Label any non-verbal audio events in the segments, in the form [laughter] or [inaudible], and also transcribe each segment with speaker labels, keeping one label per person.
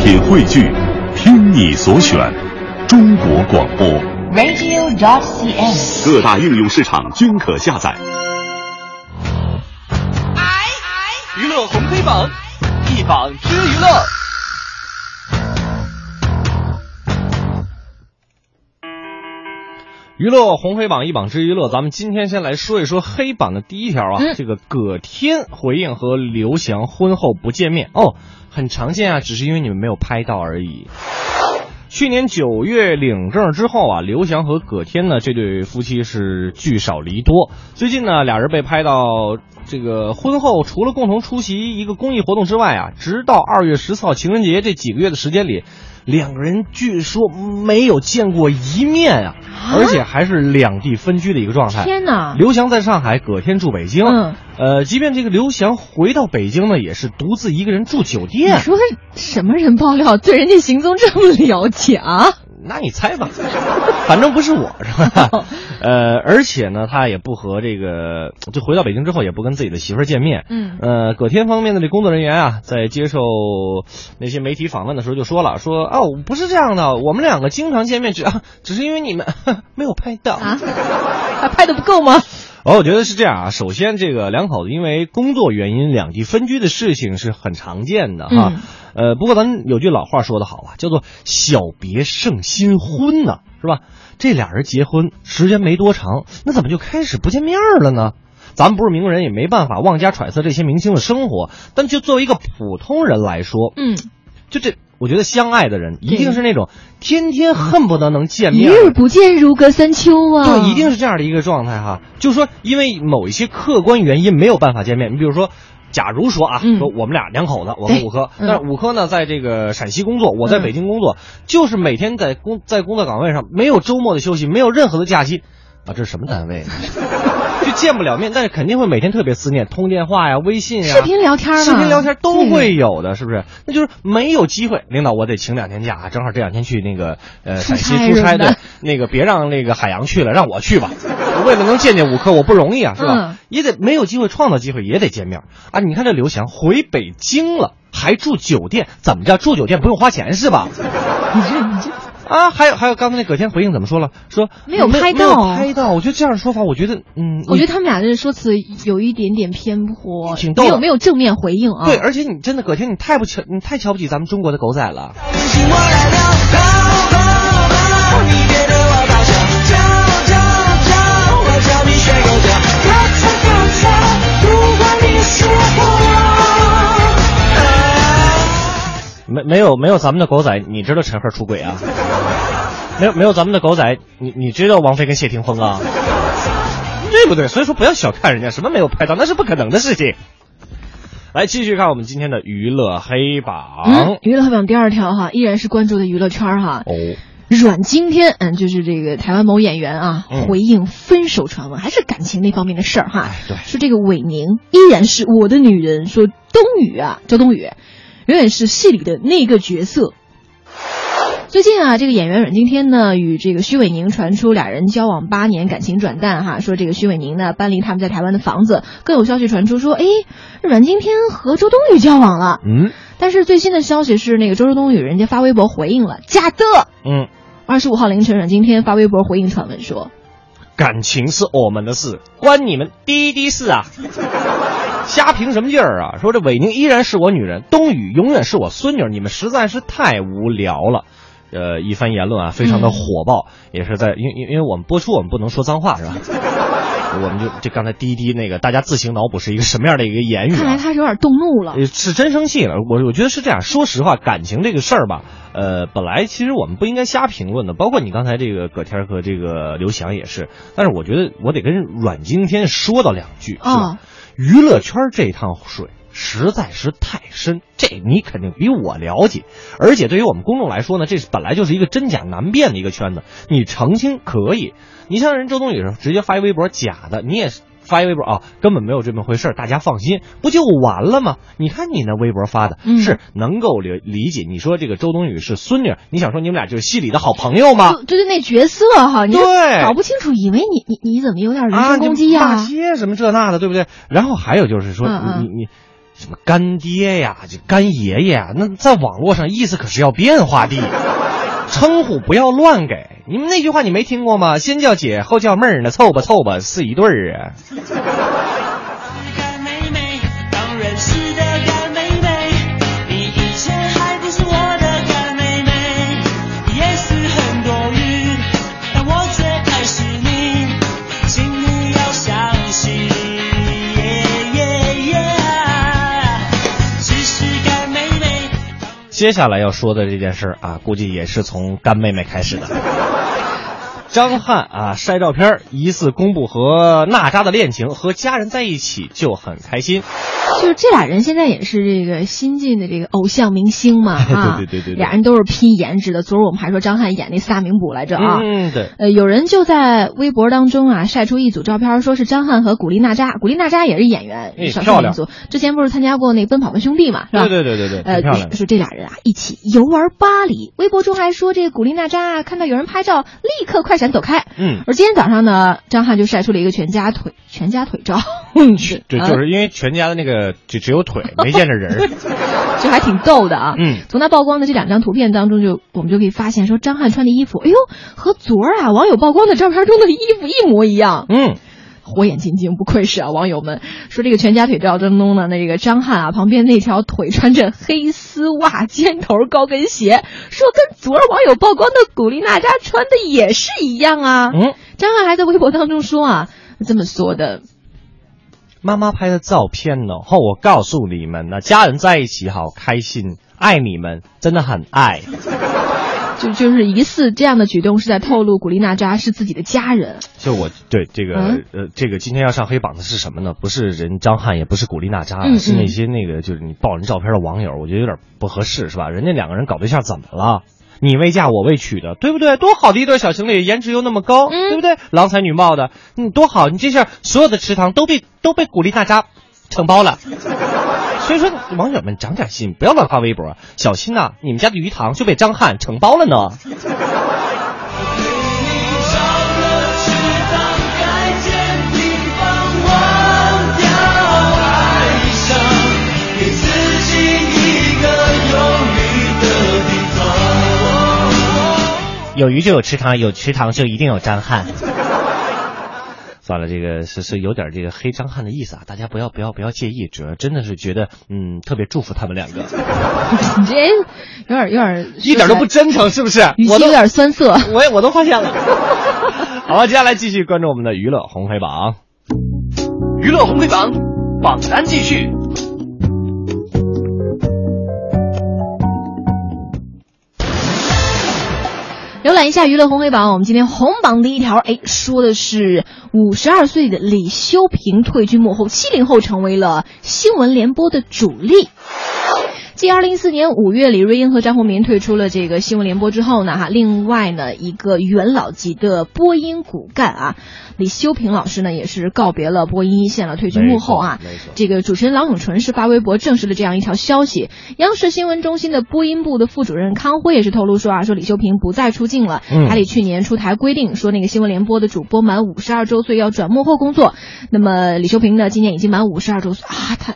Speaker 1: 品汇聚，听你所选，中国广播。
Speaker 2: radio.cn。
Speaker 1: 各大应用市场均可下载。
Speaker 3: 娱乐红黑榜，一榜之娱乐。
Speaker 4: 娱乐红黑榜一榜之娱乐，咱们今天先来说一说黑榜的第一条啊，
Speaker 2: 嗯
Speaker 4: 这个葛天回应和刘翔婚后不见面哦，很常见啊，只是因为你们没有拍到而已。去年九月领证之后啊，刘翔和葛天呢这对夫妻是聚少离多。最近呢，俩人被拍到这个婚后，除了共同出席一个公益活动之外啊，直到二月十四号情人节这几个月的时间里，两个人据说没有见过一面啊，而且还是两地分居的一个状态。
Speaker 2: 天哪！
Speaker 4: 哎刘翔在上海，葛天住北京。
Speaker 2: 嗯
Speaker 4: 呃，即便这个刘翔回到北京呢，也是独自一个人住酒
Speaker 2: 你
Speaker 4: 店。
Speaker 2: 说什么人爆料对人家行踪这么了解啊？
Speaker 4: 那你猜吧，反正不是我，是吧？呃，而且呢，他也不和这个，就回到北京之后也不跟自己的媳妇儿见面。
Speaker 2: 嗯
Speaker 4: 呃，葛天方面的这工作人员啊，在接受那些媒体访问的时候就说了，说哦，不是这样的，我们两个经常见面，只啊，只是因为你们 [laughs] 没有拍到
Speaker 2: 啊，还拍的不够吗？
Speaker 4: 哦，我觉得是这样啊。首先，这个两口子因为工作原因两地分居的事情是很常见的
Speaker 2: 嗯
Speaker 4: 哈。呃，不过咱有句老话说得好啊，叫做“小别胜新婚”呢，是吧？这俩人结婚时间没多长，那怎么就开始不见面了呢？咱们不是名人，也没办法妄加揣测这些明星的生活。但就作为一个普通人来说，
Speaker 2: 嗯，
Speaker 4: 就这，我觉得相爱的人一定是那种天天恨不得能见
Speaker 2: 嗯一
Speaker 4: 面，
Speaker 2: 日不见如隔三秋啊！
Speaker 4: 对，一定是这样的一个状态哈。就是说，因为某一些客观原因没有办法见面，你比如说。假如说啊，
Speaker 2: 嗯
Speaker 4: 说我们俩两口子，我跟
Speaker 2: 对
Speaker 4: 五科，
Speaker 2: 嗯
Speaker 4: 但是五科呢，在这个陕西工作，我在
Speaker 2: 嗯
Speaker 4: 北京工作，就是每天在工在工作岗位上，没有周末的休息，没有任何的假期，啊，这是什么单
Speaker 2: [laughs]
Speaker 4: 位呢？就见不了面，但是肯定会每天特别思念，通电话呀、微信呀、
Speaker 2: 视频聊天呢，嗯
Speaker 4: 视频聊天都会有的，是不是？那就是没有机会，领导我得请两天假啊，正好这两天去那个呃
Speaker 2: 出
Speaker 4: 陕
Speaker 2: 差
Speaker 4: 西出
Speaker 2: 什么
Speaker 4: 差，
Speaker 2: 的
Speaker 4: 对，那个别让那个海洋去了，让我去吧。我为了能见见五科，我不容易啊，是吧？
Speaker 2: 嗯
Speaker 4: 也得没有机会创造机会，也得见面啊！你看这刘翔回北京了，还住酒店，怎么着？住酒店不用花钱是吧？
Speaker 2: [laughs] 你这你这
Speaker 4: 啊，还有还有，刚才那葛天回应怎么说了？说
Speaker 2: 没有拍
Speaker 4: 没有
Speaker 2: 到啊
Speaker 4: 拍到。我觉得这样说法，我觉得嗯，
Speaker 2: 我
Speaker 4: 你
Speaker 2: 觉得他们俩的说辞有一点点偏颇，
Speaker 4: 挺逗
Speaker 2: 没
Speaker 4: 的
Speaker 2: 有没有正面回应啊。
Speaker 4: 对，，而且你真的葛天，你太不瞧，你太瞧不起咱们中国的狗仔了。没没有没有咱们的狗仔，你知道陈赫出轨啊？没有没有咱们的狗仔，你你知道王菲跟谢霆锋啊？对不对？所以说不要小看人家，什么没有拍到，那是不可能的事情。来继续看我们今天的娱乐黑榜
Speaker 2: 嗯，娱乐黑榜第二条哈，依然是关注的娱乐圈哈。
Speaker 4: 哦，
Speaker 2: 阮经天，嗯，就是这个台湾某演员啊，
Speaker 4: 嗯
Speaker 2: 回应分手传闻，还是感情那方面的事儿哈。
Speaker 4: 哎对
Speaker 2: 说这个韦宁依然是我的女人，说冬雨啊，周冬雨，永远是戏里的那个角色。最近啊，这个演员阮经天呢与这个徐伟宁传出俩人交往八年，感情转淡哈。说这个徐伟宁呢搬离他们在台湾的房子，更有消息传出说，哎，阮经天和周冬雨交往了。
Speaker 4: 嗯
Speaker 2: 但是最新的消息是，那个周周冬雨人家发微博回应了，假的。
Speaker 4: 嗯，
Speaker 2: 二十五号凌晨，阮经天发微博回应传闻说，
Speaker 4: 感情是我们的事，关你们滴滴事
Speaker 2: [laughs]
Speaker 4: 啊！瞎凭什么劲儿啊？说这韦宁依然是我女人，冬雨永远是我孙女儿，你们实在是太无聊了。呃，一番言论啊，非常的
Speaker 2: 嗯
Speaker 4: 火爆，也是在因因因为我们播出，我们不能说脏话是吧？ [laughs] 我们就就刚才滴滴那个，大家自行脑补是一个什么样的一个言语、
Speaker 2: 看来
Speaker 4: 啊？
Speaker 2: 他是有点动怒了。
Speaker 4: 呃是真生气了，我我觉得是这样。说实话，感情这个事儿吧，呃，本来其实我们不应该瞎评论的，包括你刚才这个葛天儿和这个刘翔也是。但是我觉得我得跟阮经天说到两句，是吧？
Speaker 2: 哦
Speaker 4: 娱乐圈这趟水实在是太深，这你肯定比我了解。而且对于我们公众来说呢，这是本来就是一个真假难辨的一个圈子，你澄清可以。你像人周冬雨是直接发一微博假的，你也是发一微博啊，根本没有这么回事儿，大家放心，不就完了吗？你看你那微博发的，
Speaker 2: 嗯
Speaker 4: 是能够理理解。你说这个周冬雨是孙女，你想说你们俩就是戏里的好朋友吗？
Speaker 2: 就就是那角色哈，你就
Speaker 4: 对
Speaker 2: 搞不清楚，以为你你你怎么有点人
Speaker 4: 啊，
Speaker 2: 身
Speaker 4: 你
Speaker 2: 攻击呀、
Speaker 4: 骂街什么这那的，对不对？然后还有就是说，
Speaker 2: 嗯嗯
Speaker 4: 你你什么干爹呀，这干爷爷呀，那在网络上意思可是要变化的，称呼不要乱给。你们那句话你没听过吗？先叫姐，后叫妹儿呢，凑吧凑吧是一对儿啊。
Speaker 5: 干妹妹，当然是的干妹妹，你以前还不是我的干妹妹，也是很多余，但我最爱是你，请你要相信。只是干妹妹。
Speaker 4: 接下来要说的这件事儿啊，估计也是从干妹妹开始的。张翰啊，晒照片儿疑似公布和娜扎的恋情，和家人在一起就很开心。
Speaker 2: 就是这俩人现在也是这个新晋的这个偶像明星
Speaker 4: [laughs]
Speaker 2: 嘛，啊，
Speaker 4: 对对对对对
Speaker 2: 俩人都是拼颜值的。昨儿我们还说张翰演那仨名捕来着啊，
Speaker 4: 嗯，对，
Speaker 2: 呃，有人就在微博当中啊晒出一组照片，说是张翰和古力娜扎，古力娜扎也是演员，
Speaker 4: 哎
Speaker 2: 少
Speaker 4: 漂
Speaker 2: 数
Speaker 4: 亮
Speaker 2: 民族，之前不是参加过那《奔跑吧兄弟》嘛，是吧？
Speaker 4: 对对对对对挺
Speaker 2: 呃，
Speaker 4: 漂亮的
Speaker 2: 就说这俩人啊一起游玩巴黎，微博中还说这个古力娜扎啊看到有人拍照，立刻快闪走开。
Speaker 4: 嗯，
Speaker 2: 而今天早上呢，张翰就晒出了一个全家腿全家腿照， [laughs]
Speaker 4: 对，
Speaker 2: 啊
Speaker 4: 嗯就是因为全家的那个就只有腿，没见着人
Speaker 2: [laughs]
Speaker 4: 儿。
Speaker 2: 这还挺逗的啊。
Speaker 4: 嗯，
Speaker 2: 从他曝光的这两张图片当中就，我们就可以发现，说张翰穿的衣服，哎呦，和昨儿啊网友曝光的照片中的衣服一模一样。
Speaker 4: 嗯，
Speaker 2: 火眼金睛，不愧是啊网友们说这个全家腿照当中呢，那这个张翰啊旁边那条腿穿着黑丝袜、尖头高跟鞋，说跟昨儿网友曝光的古力娜扎穿的也是一样啊。
Speaker 4: 嗯，
Speaker 2: 张翰还在微博当中说啊，这么说的，
Speaker 4: 妈妈拍的照片呢，后我告诉你们呢，家人在一起好开心，爱你们，真的很爱。
Speaker 2: 就就是疑似这样的举动是在透露古力娜扎是自己的家
Speaker 4: [laughs]
Speaker 2: 人。
Speaker 4: 就我对这个、
Speaker 2: 嗯
Speaker 4: 呃，这个今天要上黑榜的是什么呢？不是人张翰，也不是古力娜扎，啊
Speaker 2: 嗯
Speaker 4: 是那
Speaker 2: 嗯
Speaker 4: 些那个就是你爆人照片的网友，我觉得有点不合适，是吧？人家两个人搞对象怎么了？你未嫁我未娶的，对不对？多好的一对小情侣，颜值又那么高，
Speaker 2: 嗯
Speaker 4: 对不对？郎才女貌的，嗯，多好！你这下所有的池塘都被都被古力娜扎承包了。 [laughs] 所以说，网友们长点心，不要乱发微博，小心呐、你们家的鱼塘就被张翰承包了呢。
Speaker 5: 到了池塘，该捡地方，忘掉哀伤，给自己一个有你的地方。
Speaker 4: 有鱼就有池塘，有池塘就一定有张 [laughs] 翰。算了，这个是是有点这个黑张翰的意思啊，大家不要不要不要介意，主要真的是觉得嗯特别祝福他们两个，
Speaker 2: 你这有哎点有点
Speaker 4: 一点都不，真诚，是不是？
Speaker 2: 语
Speaker 4: 我
Speaker 2: 气
Speaker 4: 都
Speaker 2: 有点酸涩。
Speaker 4: 我也我都发现了。 [laughs] 好吧，接下来继续关注我们的娱乐红黑榜。
Speaker 3: 娱乐红黑榜榜单继续，
Speaker 2: 浏览一下娱乐红黑榜，我们今天红榜第一条，哎，说的是五十二岁的李修平退居幕后，七零后成为了新闻联播的主力。继二零一四年五月李瑞英和张宏民退出了这个新闻联播之后呢，哈，另外呢一个元老级的播音骨干啊，李修平老师呢也是告别了播音一线了，退居幕后啊
Speaker 4: 没错没错。
Speaker 2: 这个主持人郎永淳是发微博证实了这样一条消息。央视新闻中心的播音部的副主任康辉也是透露说啊，说李修平不再出镜了。
Speaker 4: 嗯
Speaker 2: 台里去年出台规定，说那个新闻联播的主播满五十二周岁要转幕后工作。那么李修平呢，今年已经满五十二周岁啊，他。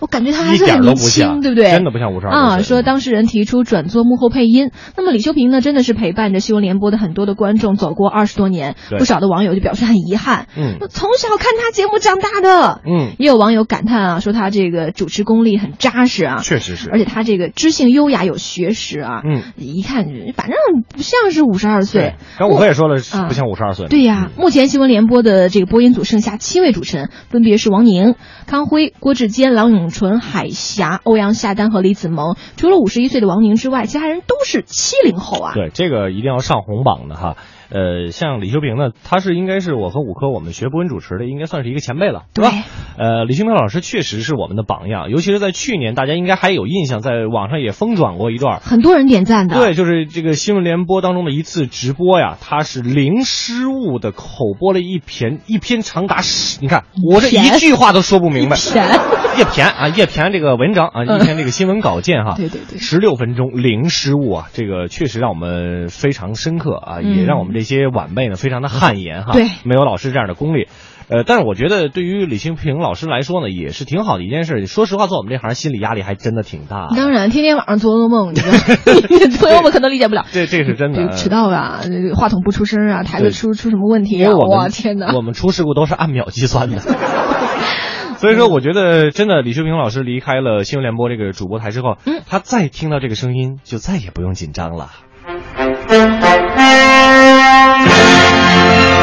Speaker 2: 我感觉他还
Speaker 4: 一
Speaker 2: 是
Speaker 4: 点
Speaker 2: 很
Speaker 4: 都
Speaker 2: 年
Speaker 4: 不像
Speaker 2: 轻，对不对？
Speaker 4: 真的不像52周岁
Speaker 2: 啊！说当事人提出转做幕后配音，那么李修平呢，真的是陪伴着新闻联播的很多的观众走过二十多年，
Speaker 4: 对
Speaker 2: 不少的网友就表示很遗憾，
Speaker 4: 嗯
Speaker 2: 我从小看他节目长大的。
Speaker 4: 嗯，
Speaker 2: 也有网友感叹啊，说他这个主持功力很扎实啊，
Speaker 4: 确实是
Speaker 2: 而且他这个知性优雅有学识啊，
Speaker 4: 嗯，
Speaker 2: 一看就反正不像是五十二岁。
Speaker 4: 刚我也嗯说了，
Speaker 2: 啊
Speaker 4: 不像五十二岁。
Speaker 2: 对呀、目前新闻联播的这个播音组剩下七位主持人，分别是王宁、康辉、郭志坚、郎永淳、海霞、欧阳夏丹和李子萌。除了五十一岁的王宁之外，其他人都是七零后啊。
Speaker 4: 对，这个一定要上红榜的哈。呃，像李修平呢，他是应该是我和五科我们学播音主持的，应该算是一个前辈了，对吧
Speaker 2: 对？
Speaker 4: 呃，李修平老师确实是我们的榜样，尤其是在去年，大家应该还有印象，在网上也疯转过一段儿。
Speaker 2: 很多人点赞的。
Speaker 4: 对，就是这个新闻联播当中的一次直播呀，他是零失误的口播了一篇一篇长达十，你看我这一
Speaker 2: 篇
Speaker 4: 句话都说不明白。
Speaker 2: 甜，
Speaker 4: [laughs] 叶骈啊，叶骈这个文章啊，一篇这个新闻稿件哈，
Speaker 2: [laughs] 对对对
Speaker 4: 十六分钟零失误啊，这个确实让我们非常深刻啊，
Speaker 2: 嗯
Speaker 4: 也让我们这些晚辈呢非常的汗颜哈，
Speaker 2: 对
Speaker 4: 没有老师这样的功力。呃，但是我觉得对于李清平老师来说呢，也是挺好的一件事。说实话，做我们这行心理压力还真的挺大。
Speaker 2: 当然，天天晚上做噩梦，你知
Speaker 4: [laughs]
Speaker 2: [laughs] 道，朋友们可能理解不了。
Speaker 4: 这这个是真的
Speaker 2: 比如迟到啊，呃话筒不出声啊，台
Speaker 4: 对
Speaker 2: 子出出什么问题
Speaker 4: 因为
Speaker 2: 啊？
Speaker 4: 我
Speaker 2: 哇，
Speaker 4: 们
Speaker 2: 天哪！
Speaker 4: 我们出事故都是按秒计
Speaker 2: [laughs]
Speaker 4: 算的。所以说，我觉得真的李秀平老师离开了新闻联播这个主播台之后，
Speaker 2: 嗯
Speaker 4: 他再听到这个声音，就再也不用紧张了。
Speaker 5: Thank you.